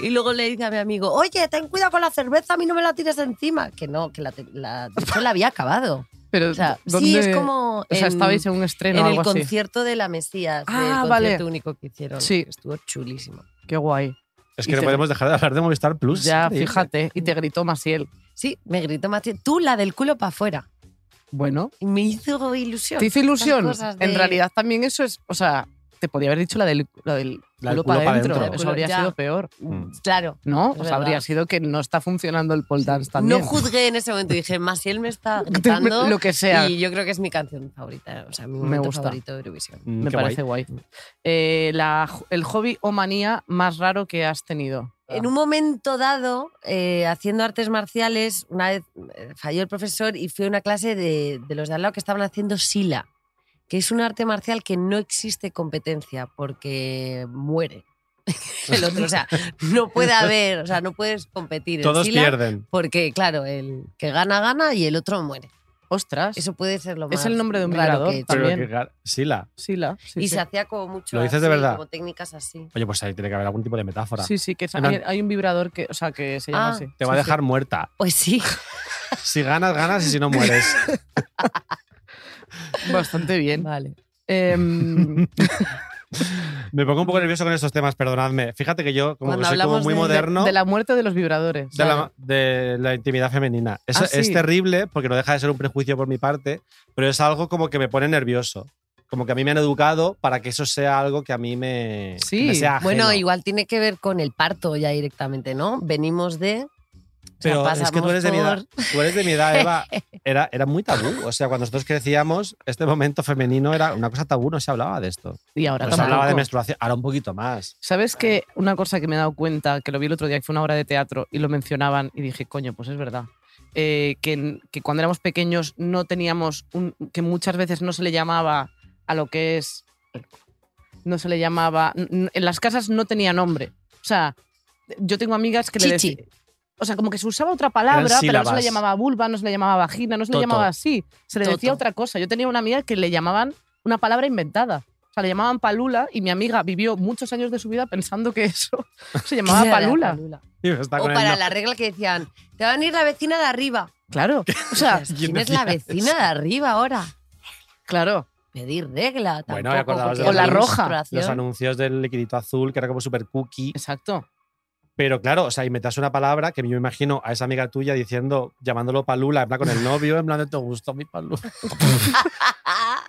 Y luego le dice a mi amigo, oye, ten cuidado con la cerveza, a mí no me la tires encima. Que no, que la, te- la, de hecho la había acabado.
Pero
O sea, sí,
¿dónde-
es como...
O sea,
en-
estabais en un estreno
en
o
el
algo así.
concierto de la Mesías,
Ah,
el concierto
vale.
único que hicieron.
Sí.
Estuvo chulísimo.
Qué guay.
Es
Y
que no
te-
podemos dejar de hablar de Movistar Plus.
ya,
Increíble.
fíjate. Y te gritó Maciel.
Sí, me gritó Maciel, tú la del culo para afuera.
Bueno,
Y me hizo ilusión.
¿te hizo
Estas
ilusión?
cosas de-
En realidad también eso es... O sea, te podía haber dicho la del, la del
La del culo
culo para
pa'
adentro.
dentro.
Eso habría
Ya.
sido peor.
Mm.
Claro.
¿No? O
Es
sea,
verdad.
habría sido que no está funcionando el pole dance también.
No
[LAUGHS]
juzgué en ese momento. Dije, más él me está gritando.
Lo que sea.
Y yo creo que es mi canción favorita. O sea, mi
Me
momento
gusta.
favorito de Eurovisión.
Mm,
Me
qué
parece
guay.
guay. Eh, la- el hobby o manía más raro que has tenido.
Ah.
En un momento dado, eh, haciendo artes marciales, una vez eh, falló el profesor y fui a una clase de, de los de al lado que estaban haciendo sila, que es un arte marcial que no existe competencia porque muere [LAUGHS] el otro. O sea, no puede haber, o sea, no puedes competir en
Todos
sila
pierden.
porque, claro, el que gana, gana y el otro muere.
Ostras.
Eso puede ser lo
Es
más.
el nombre de un
raro
violador
que he hecho.
Pero
También.
que gar- Sila.
sí, la. Sí,
y
sí.
se hacía como mucho.
¿Lo dices de
así,
verdad?
Como técnicas así.
Oye, pues ahí tiene que haber algún tipo de metáfora.
Sí, sí, que es-
En plan-
hay, hay un vibrador que, o sea, que se llama
Ah.
así.
Te va a
Sí,
dejar muerta.
Pues sí.
Si ganas, ganas y si no mueres.
[LAUGHS] sí. Bastante bien.
[LAUGHS] Vale.
Em,
Me pongo un poco nervioso con estos temas, perdonadme. Fíjate que yo, como
Cuando
que soy como
hablamos
muy
de- de-
moderno.
de la muerte de los vibradores.
de la, de la intimidad femenina. Eso
Ah, sí.
es terrible porque no deja de ser un prejuicio por mi parte, pero es algo como que me pone nervioso. Como que a mí me han educado para que eso sea algo que a mí me,
Sí.
que me sea ajeno.
Bueno, igual tiene que ver con el parto ya directamente, ¿no? Venimos de. o sea,
Pero es que tú
pasamos
eres, de mi edad,
por-
tú eres de mi edad, Eva.
[LAUGHS]
Era, era muy tabú. O sea, cuando nosotros crecíamos, este momento femenino era una cosa tabú, no se hablaba de esto.
Y ahora
No se
tampoco.
Pues hablaba de menstruación, ahora un poquito más.
¿Sabes que una cosa que me he dado cuenta, que lo vi el otro día, que fue una obra de teatro y lo mencionaban y dije, coño, pues es verdad. Eh, que, en- que cuando éramos pequeños no teníamos, un, que muchas veces no se le llamaba a lo que es, no se le llamaba, n- n- en las casas no tenía nombre. O sea, yo tengo amigas que le
Chichi.
deci- O sea, como que se usaba otra palabra, pero no se le
sílabas.
llamaba vulva, no se le llamaba vagina, no se
Toto.
le llamaba así. Se le decía
Toto.
otra cosa. Yo tenía una amiga que le llamaban una palabra inventada. O sea, le llamaban palula y mi amiga vivió muchos años de su vida pensando que eso [LAUGHS] se llamaba
[LAUGHS] Era
palula.
palula.
Y me está
O
con el
para
no.
la regla que decían, te va a venir la vecina de arriba.
Claro. O sea,
[LAUGHS] Dices, ¿Quién
¿quién
es la
decía eso?
vecina de arriba ahora?
claro.
Pedir regla. Tampoco,
Bueno, acordaos de
porque
la
hay
roja,
menstruación.
Los anuncios del liquidito azul, que era como super cookie.
Exacto.
Pero claro, o sea, y metas una palabra que yo me imagino a esa amiga tuya diciendo, llamándolo palula, en plan con el novio, en plan de te gustó mi
[LAUGHS]
palula.
Ah,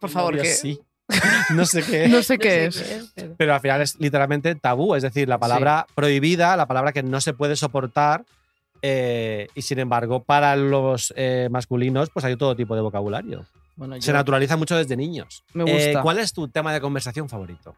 Por favor,
Novio,
que
sí. [LAUGHS] No sé qué.
no sé
No
qué
sé
es.
pero-
Pero al final es literalmente tabú, es decir, la palabra prohibida, la palabra que no se puede soportar. eh, y sin embargo, para los eh, masculinos, pues hay todo tipo de vocabulario.
Bueno, yo-
Se naturaliza mucho desde niños.
Me
Eh,
gusta.
¿Cuál es tu tema de conversación favorito?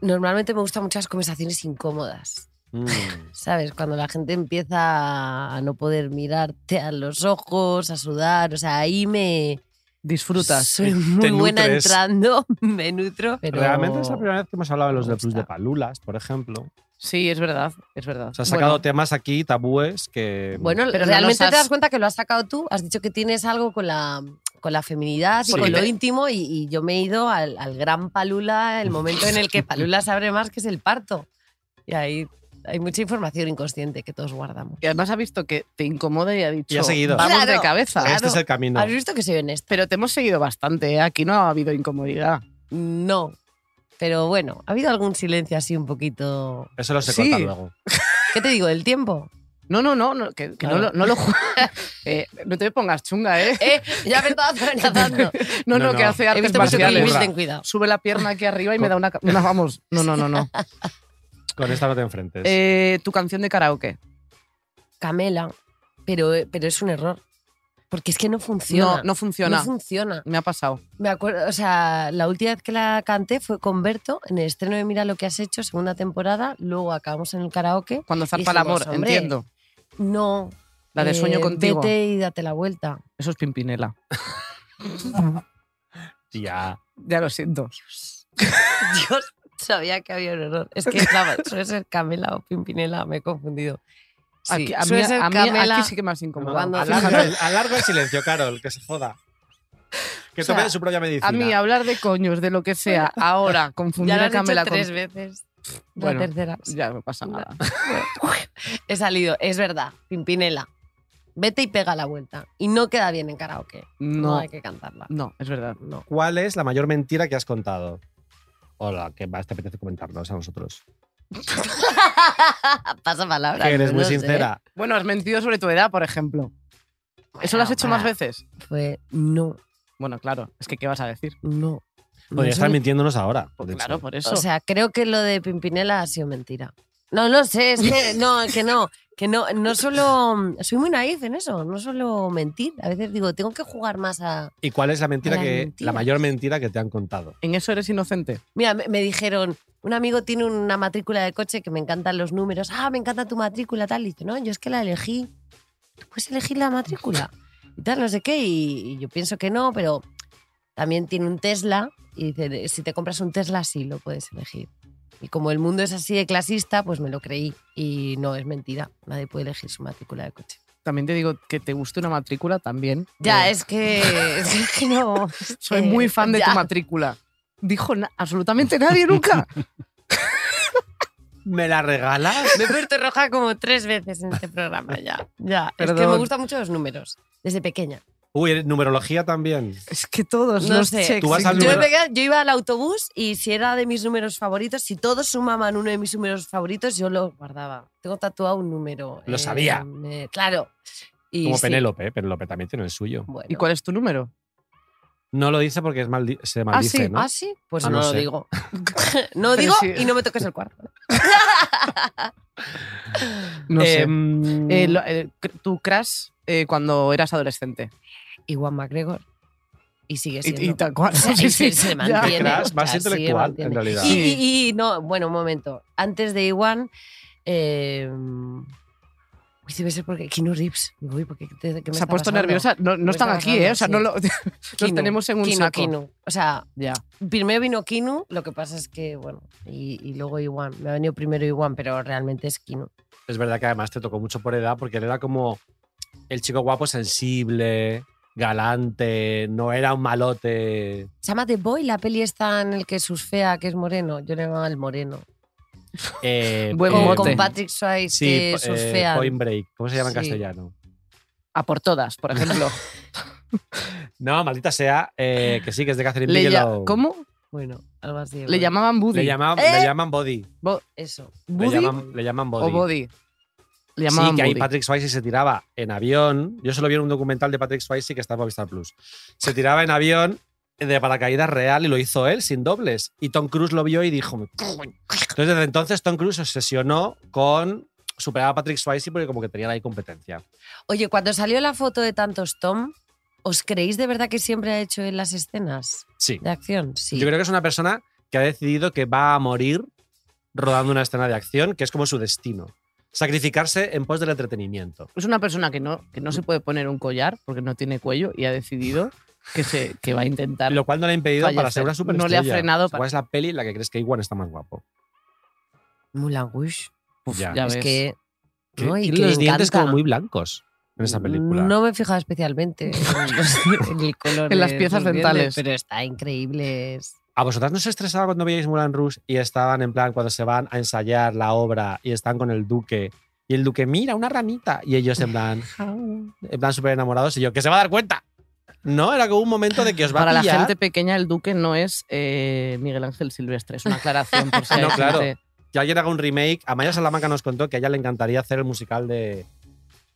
Normalmente me gustan muchas conversaciones incómodas.
[LAUGHS]
Mm.
¿Sabes? Cuando la gente empieza a no poder mirarte a los ojos, a sudar, o sea, ahí me...
Disfrutas.
Soy muy buena
nutres.
entrando, [LAUGHS] me nutro. Pero...
Realmente es la primera vez que hemos hablado de los
Me
del Plus de
gusta.
Palulas, por ejemplo.
Sí, es verdad, es verdad.
O sea, has sacado
Bueno,
temas aquí, tabúes, que.
Bueno,
Pero no
realmente
nos has-
te das cuenta que lo has sacado tú. Has dicho que tienes algo con la, con la feminidad y
Sí.
con lo íntimo y, y yo me he ido al, al gran Palula, el momento en el
[LAUGHS]
que Palula sabe más que es el parto. Y ahí hay mucha información inconsciente que todos guardamos.
y además ha visto que te incomoda y ha dicho,
Y ha seguido.
vamos de
Claro,
cabeza.
este es el camino.
¿Has visto que soy honesta?
Pero te hemos seguido bastante, ¿eh? aquí no ha habido incomodidad.
No. Pero bueno, ha habido algún silencio así un poquito.
Eso lo sé
Sí.
cortar luego.
¿Qué te digo? ¿Del tiempo? [LAUGHS]
No, no, no, no, que, que no
Claro.
lo- no lo ju- [LAUGHS] Eh, no te pongas chunga, ¿eh?
Eh, ya me estabas
[LAUGHS]
amenazando.
No,
No,
no, que
no.
hace
He
artes
visto mucho que
marciales.
vivís,
Burra.
ten cuidado.
Sube la pierna aquí arriba y me da una, ca- una- Vamos, no, no, no,
[LAUGHS]
no.
Con esta no te enfrentes.
Eh, tu canción de karaoke.
Camela. Pero, eh, pero es un error. Porque es que no funciona.
No, no funciona.
No funciona.
me ha pasado.
Me acuerdo, o sea, la última vez que la canté fue con Berto en el estreno de Mira lo que has hecho, segunda temporada. Luego acabamos en el karaoke.
Cuando zarpa el
Dijimos,
amor,
"Hombre".
entiendo.
No. eh,
La de Sueño Contigo.
Vete y date la [LAUGHS] vuelta.
Eso es Pimpinela.
Ya.
Ya lo siento.
Yo sabía que había un error. Es que claro, suele ser Camela o Pimpinela, me he confundido. Sí,
Aquí, a mí,
suele ser
a mí
Camela.
aquí sí que me has incomodado.
Cuando-
Alarga
[LAUGHS]
el, alarga el silencio, Carol, que se joda. Que
O sea,
tome su propia medicina.
A mí hablar de coños, de lo que sea, ahora, confundir
ya lo
a
has
Camela
hecho
con...
tres veces. La
Bueno,
tercera.
[LAUGHS]
sí.
Ya no pasa nada.
He salido, es verdad, Pimpinela. Vete y pega la vuelta. Y no queda bien en karaoke.
[LAUGHS]
No,
No,
hay que cantarla. [LAUGHS]
no, es verdad.
No.
¿Cuál es la mayor mentira que has contado? O la que más te apetece comentarnos a nosotros.
Pasa palabra.
Que eres
no
muy
lo sé.
sincera.
Bueno, has mentido sobre tu edad, por ejemplo. ¿Eso lo has
Bueno,
hecho
para-
más veces?
Fue no,
Bueno, claro. Es que, ¿qué vas a decir?
no. No
Podría
es
estar
mi-
mintiéndonos ahora. de
Pues Claro,
hecho.
por eso.
O sea, creo que lo de Pimpinela ha sido mentira. No, no sé, es [LAUGHS] que no, que no, que no, no solo soy muy naif en eso, no solo mentir. A veces digo, tengo que jugar más a.
¿Y cuál es la mentira
Las
que la
mentiras. mayor
mayor mentira que te han contado?
en eso eres inocente.
Mira, me, me dijeron, un amigo tiene una matrícula de coche que me encantan los números. Ah, me encanta tu matrícula, tal. Y dice, no, yo es que la elegí. Tú puedes elegir la matrícula. Y tal, no sé qué. Y, y yo pienso que no, pero también tiene un Tesla. Y dice, "Eh, si te compras un Tesla, sí lo puedes elegir. Y como el mundo es así de clasista, pues me lo creí. Y no, es mentira. Nadie puede elegir su matrícula de coche.
También te digo que te guste una matrícula también.
Ya,
Eh,
es que, [LAUGHS] es que no. es
Soy
que-
muy fan de
Eh, ya.
tu matrícula. Dijo na- absolutamente
[LAUGHS]
nadie nunca.
¿Me la regalas?
Me he puesto roja como tres veces en este programa ya. ya. Es que
Perdón.
me gustan mucho los números, desde pequeña.
Uy, ¿eres- numerología también.
es que todos
No
los
sé.
checks
Tú vas al
Yo, de
número-
pequeña, yo iba al autobús y si era de mis números favoritos, si todos sumaban uno de mis números favoritos, yo lo guardaba. Tengo tatuado un número. eh,
Lo sabía.
me- claro. Y
Como
sí,
Penélope, ¿eh? Penélope también tiene el suyo.
bueno.
¿Y cuál es tu número?
No lo dice porque es maldi- se maldice,
sí,
¿no?
Ah, sí, pues
Ah,
no,
no
lo
sé.
digo. [LAUGHS] no digo
sí.
y no me toques el cuarto.
No
Eh,
sé.
Em,
Eh, lo- eh, cr- tu crush eh, cuando eras adolescente.
Y Juan MacGregor. Y sigue siendo.
Y, y tal
[LAUGHS]
cual.
O sea,
Sí,
y
sí,
se, se
ya.
mantiene.
Qué crack,
o sea,
más
sí,
intelectual,
mantiene.
en realidad.
Y,
Sí.
y- y- no, bueno, un momento. Antes de Iwan, eh, uy, debe ser porque Kino Rips. Uy, porque te- ¿qué me
Se
está
ha puesto
pasando?
nerviosa. No, no
Me
están
está
aquí,
pasando,
¿eh? O sea,
sí.
no
[LAUGHS]
lo, los
Kino,
tenemos en un
Kino,
saco.
Kino. O sea,
Ya.
primero vino Kino, lo que pasa es que, bueno, y, y luego Iwan. Me ha venido primero Iwan, pero realmente es Kino.
Es verdad que además te tocó mucho por edad porque él era como el chico guapo, sensible, galante, no era un malote.
Se llama The Boy, la peli está en el que susfea, que es moreno. Yo le llamaba el moreno.
eh,
Buen
eh,
Como
mote.
con Patrick Swayze
Sí,
que
po- eh,
susfean.
Point Break. ¿Cómo se llama
Sí.
en castellano?
A por todas,
[LAUGHS]
por ejemplo.
No, maldita sea, eh, que sí, que es de Catherine
Le ya-
Bigelow.
¿Cómo?
Bueno, algo así.
Le
bueno,
llamaban Buddy.
Le llaman,
¿Eh?
le llaman Body.
Eso.
Le
¿Buddy
llaman, le llaman
o
Body.
Body? Le
Sí,
llamaban
que ahí
Buddy.
Patrick Swayze se tiraba en avión. Yo solo vi en un documental de Patrick Swayze que está en Movistar Plus. Se tiraba en avión de paracaídas real y lo hizo él sin dobles. Y Tom Cruise lo vio y dijo. "Me cago en-". Entonces, desde entonces, Tom Cruise se obsesionó con superar a Patrick Swayze porque como que tenía ahí competencia.
Oye, cuando salió la foto de tantos Tom, ¿os creéis de verdad que siempre ha hecho en las escenas
Sí.
de acción? Sí.
Yo creo que es una persona que ha decidido que va a morir rodando una escena de acción, que es como su destino. Sacrificarse en pos del entretenimiento.
Es una persona que no, que no se puede poner un collar porque no tiene cuello y ha decidido que, se, que va a intentar.
Lo cual no le ha impedido para ser
Fallecer.
una
No le ha
superestrella.
frenado
¿Cuál
para-
es la peli en la que crees que Iwan está más guapo?
Moulin Rouge.
Uf,
Ya.
ya
es
ves.
que.
Que-
¿no? Y
tiene
que
los
le
dientes
encanta. Mm,
como muy blancos en esa película.
No me he fijado especialmente en,
[LAUGHS]
los- en el color.
En las
de
piezas
sus dientes,
dentales.
Pero está increíble. es-
¿A vosotras no os estresaba cuando veíais Mulan Rouge y estaban en plan cuando se van a ensayar la obra y están con el duque? Y el duque, mira, una ranita. Y ellos en plan, en plan súper enamorados. Y yo, que se va a dar cuenta. No, era como un momento de que os va
Pues Para
a
la
pillar.
gente pequeña, el duque no es eh, Miguel Ángel Silvestre. Es una aclaración, por si hay
No, claro.
gente-
Que alguien haga un remake. Amaya Salamanca nos contó que a ella le encantaría hacer el musical de,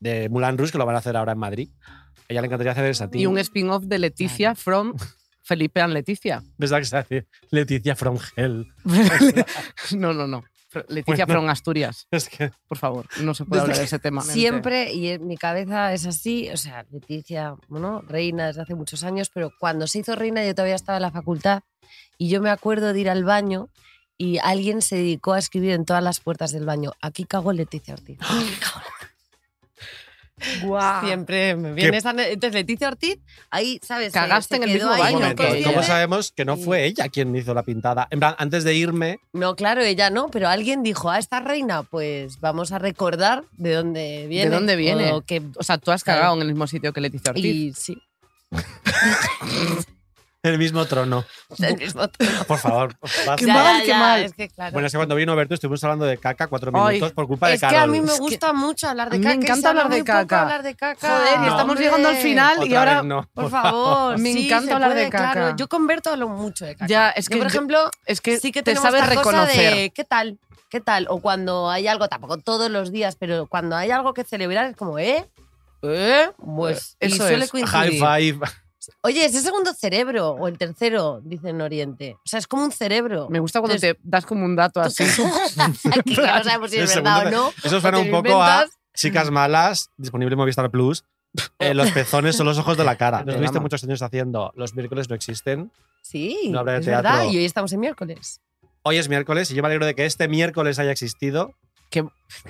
de Mulan Rouge, que lo van a hacer ahora en Madrid. A ella le encantaría hacer el satín.
Y un spin-off de Leticia from Felipe and Leticia.
Pensaba que se iba a decir Leticia From Hell. [LAUGHS]
no, no, no. Fr- Leticia
Bueno.
from Asturias,
Es que
por favor. No se
Desde
puede hablar de ese tema.
Siempre, y en mi cabeza es así, o sea, Leticia, bueno, reina desde hace muchos años, pero cuando se hizo reina yo todavía estaba en la facultad y yo me acuerdo de ir al baño y alguien se dedicó a escribir en todas las puertas del baño, aquí cago en Leticia Ortiz. ¡Ah! Aquí cago en- Siempre me viene esa... Entonces, Leticia Ortiz, ahí, ¿sabes? Se-
Cagaste
se
en el
quedó
mismo
ahí
baño.
Un
no
este momento,
coincide.
¿cómo
inconsciente.
sabemos que no fue ella quien hizo la pintada? En plan, antes de irme,
No, claro, ella no, pero alguien dijo, a esta reina, pues vamos a recordar de dónde viene.
dónde viene?
o qué-
O sea, tú has
Claro.
cagado en el mismo sitio que Leticia Ortiz.
y sí,
el mismo trono.
del mismo [LAUGHS] tono.
Por favor, basta.
Qué mal, qué mal.
Es que, claro.
Bueno, es que cuando vino Bertu estuvimos hablando de caca cuatro
Ay,
minutos por culpa de
Es que
Carol.
a mí me
que-
gusta mucho hablar de
A mí me
caca. y
encanta
se habla
hablar de
muy poco
caca.
hablar de caca.
Joder, y estamos llegando al final y
Otra
ahora.
vez no.
Por favor,
Me
sí,
encanta
se
hablar de
puede, claro.
caca.
Yo converto a lo mucho de caca.
Ya, es que
yo, por
yo-
ejemplo,
Es que,
sí que
te
tenemos
sabes
esta cosa
reconocer.
de qué tal, qué tal. O cuando hay algo, tampoco todos los días, pero cuando hay algo que celebrar es como, ¿eh? ¿Eh? Pues
Eh,
y
eso
suele
es.
coincidir.
High five.
Oye, es el segundo cerebro o el tercero, dicen en Oriente. O sea, es como un cerebro.
Me gusta cuando te das como un dato así.
[LAUGHS] Aquí ya no sabemos si
El
es
segundo
verdad o
de-
no.
Eso
o
suena
te
un
lo
poco a
inventas.
Chicas Malas, disponible en Movistar Plus. Eh, los pezones son los ojos de la cara. Nos viste
Programa.
muchos años haciendo Los miércoles no existen.
Sí,
No habrá de
es verdad.
teatro.
Y hoy estamos en miércoles.
Hoy es miércoles y yo me alegro de que este miércoles haya existido.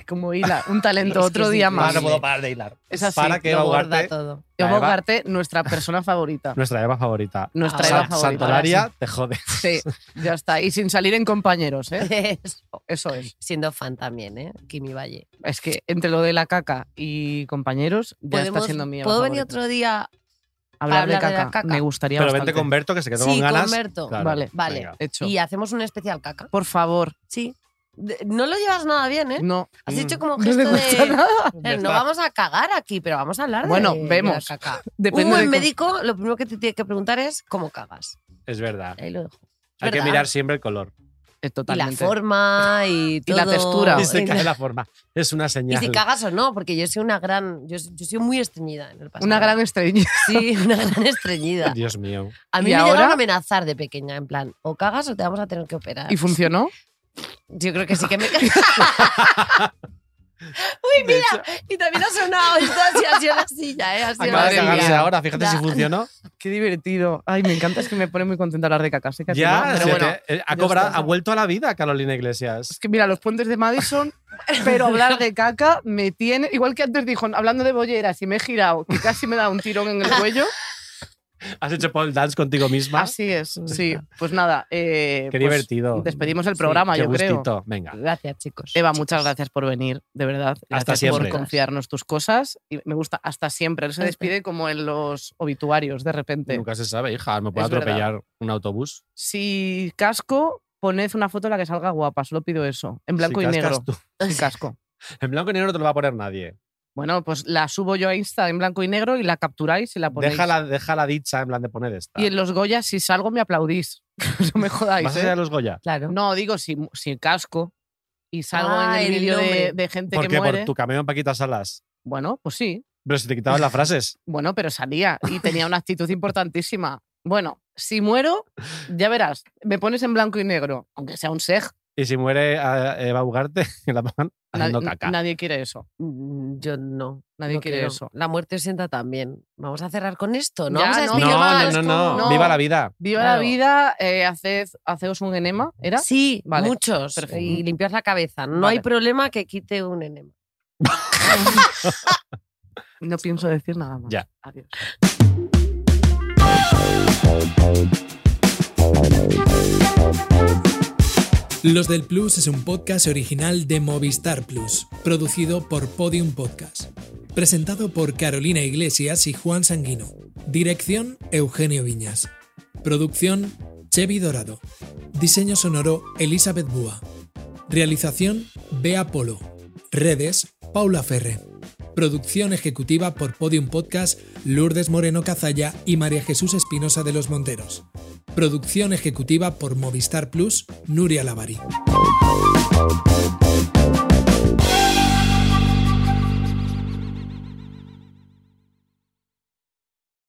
como hila, un talento,
Es que
otro
Ah, sí,
día
claro.
más.
Ahora
Vale,
no puedo parar de hilar.
Es así,
Para que
Lo
Eva
borda
Ugarte,
todo. [LAUGHS]
Yo
La Eva-
Bogarte, nuestra persona favorita.
nuestra Eva favorita.
Nuestra
Ahora
Eva
Sa-
sí.
favorita.
Santolaria, te jode.
Sí, ya está. Y sin salir en compañeros, ¿eh?
Eso.
Eso es.
Siendo fan también, ¿eh? Kimi Valle.
Es que entre lo de la caca y compañeros, ya está
Podemos-
siendo mía.
¿Puedo venir otro día?
Hablar, de,
hablar
caca.
de la caca?
Me gustaría
Pero
bastante.
vente con Berto, que se quedó
Sí,
con
con
ganas.
Berto.
Vale,
vale.
venga.
Hecho.
Y hacemos un especial caca.
Por favor,
Sí. De- No lo llevas nada bien, ¿eh?
no.
Has
Mm.
hecho como
No
gesto
le gusta
de.
nada.
"Eh, No vamos a cagar aquí, pero vamos a hablar
Bueno,
de, de
vemos.
la caca. Uh, Un
[LAUGHS] Depende
buen
de
médico lo primero que te tiene que preguntar es cómo cagas.
Es verdad.
Ahí lo dejo.
Hay que
¿Verdad?
mirar siempre el color.
cómo- eh,
Y la
Totalmente.
forma y
Y la
todo.
textura.
Y se
Y-
cae la forma. Es una
Y
señal.
si cagas o no, porque yo soy una gran. Yo, yo soy muy estreñida en el pasado.
Una gran estrella.
[LAUGHS] Sí, una
[LAUGHS]
gran estreñida.
Dios mío.
A mí
¿Y
me
ahora?
llegaron a amenazar de pequeña, en plan, o cagas o te vamos a tener que operar.
¿Y funcionó?
Yo creo que sí
[LAUGHS]
que me Uy, mira, [LAUGHS] y también ha sonado esto así, así en la silla, ¿eh? Así en
Acaba
la
de
madre mía.
cagarse
silla.
ahora. Fíjate
Da.
si
[LAUGHS]
funcionó.
Qué divertido. Ay, me encanta. Es que me pone muy contenta hablar de caca. Sé que a ti no,
Ya,
pero
se
bueno.
te- eh, ha,
ya
cobrado-
está.
ha vuelto a la vida Carolina
Es
Iglesias.
que mira, los puentes de
[LAUGHS]
Madison, pero hablar de caca me tiene. Igual que antes dijo, hablando de bolleras y me he girado, que casi me da un tirón en el cuello.
Has hecho pole dance contigo misma.
Así es, Ah, sí. Pues nada. eh,
Qué
pues
divertido.
Despedimos el
Sí,
programa,
qué
yo creo.
gustito. Venga.
Gracias, chicos.
Eva, muchas gracias por venir, de verdad.
Hasta
Gracias
siempre.
por confiarnos tus cosas. Y me gusta hasta siempre. Él se despide como en los obituarios, de repente.
Nunca se sabe, hija. Me puede
Es verdad.
atropellar un autobús.
Si casco, poned una foto en la que salga guapa. Solo pido eso. En blanco
Si
y
cascas
negro.
tú.
Sin casco.
En blanco y negro no te lo va a poner nadie.
Bueno, pues la subo yo a Insta en blanco y negro y la capturáis y la ponéis.
Déjala, déjala dicha en plan de poner esta.
Y en los Goya, si salgo, me aplaudís. [LAUGHS] no me jodáis.
¿Vas a
¿eh?
ir a los Goya?
Claro.
No, digo, si, si casco y salgo
Ah,
en el
el
vídeo de,
nombre.
de gente
¿Por
que
qué?
muere.
Por tu cameo en Paquita Salas.
Bueno, pues sí.
Pero si te quitaban las frases.
Bueno, pero salía
[LAUGHS]
y tenía una actitud importantísima. Bueno, si muero, ya verás, me pones en blanco y negro, aunque sea un seg,
Y si muere a Eva [LAUGHS] Ugarte, la pagan haciendo
Nadie-
caca.
Nadie quiere eso.
Mm, Yo no.
Nadie
no
quiere
quiero.
eso.
La muerte sienta también. Vamos a cerrar con esto, ¿no?
Ya,
Vamos a
no,
no,
despedir
viva,
no,
más
no,
con-
no,
no.
Viva la vida.
Viva
Claro.
la vida, eh, haced, haceos un enema, ¿era?
Sí,
Vale,
muchos.
perfecto.
Y limpiar la cabeza. No
Vale.
hay problema que quite un enema.
No pienso decir nada más.
Ya.
Adiós.
Los del Plus es un podcast original de Movistar Plus, producido por Podium Podcast. Presentado por Carolina Iglesias y Juan Sanguino. Dirección Eugenio Viñas. Producción Chevy Dorado. Diseño sonoro Elizabeth Búa. Realización Bea Polo. Redes Paula Ferre. Producción ejecutiva por Podium Podcast Lourdes Moreno Cazalla y María Jesús Espinosa de los Monteros. Producción ejecutiva por Movistar Plus, Nuria Lavari.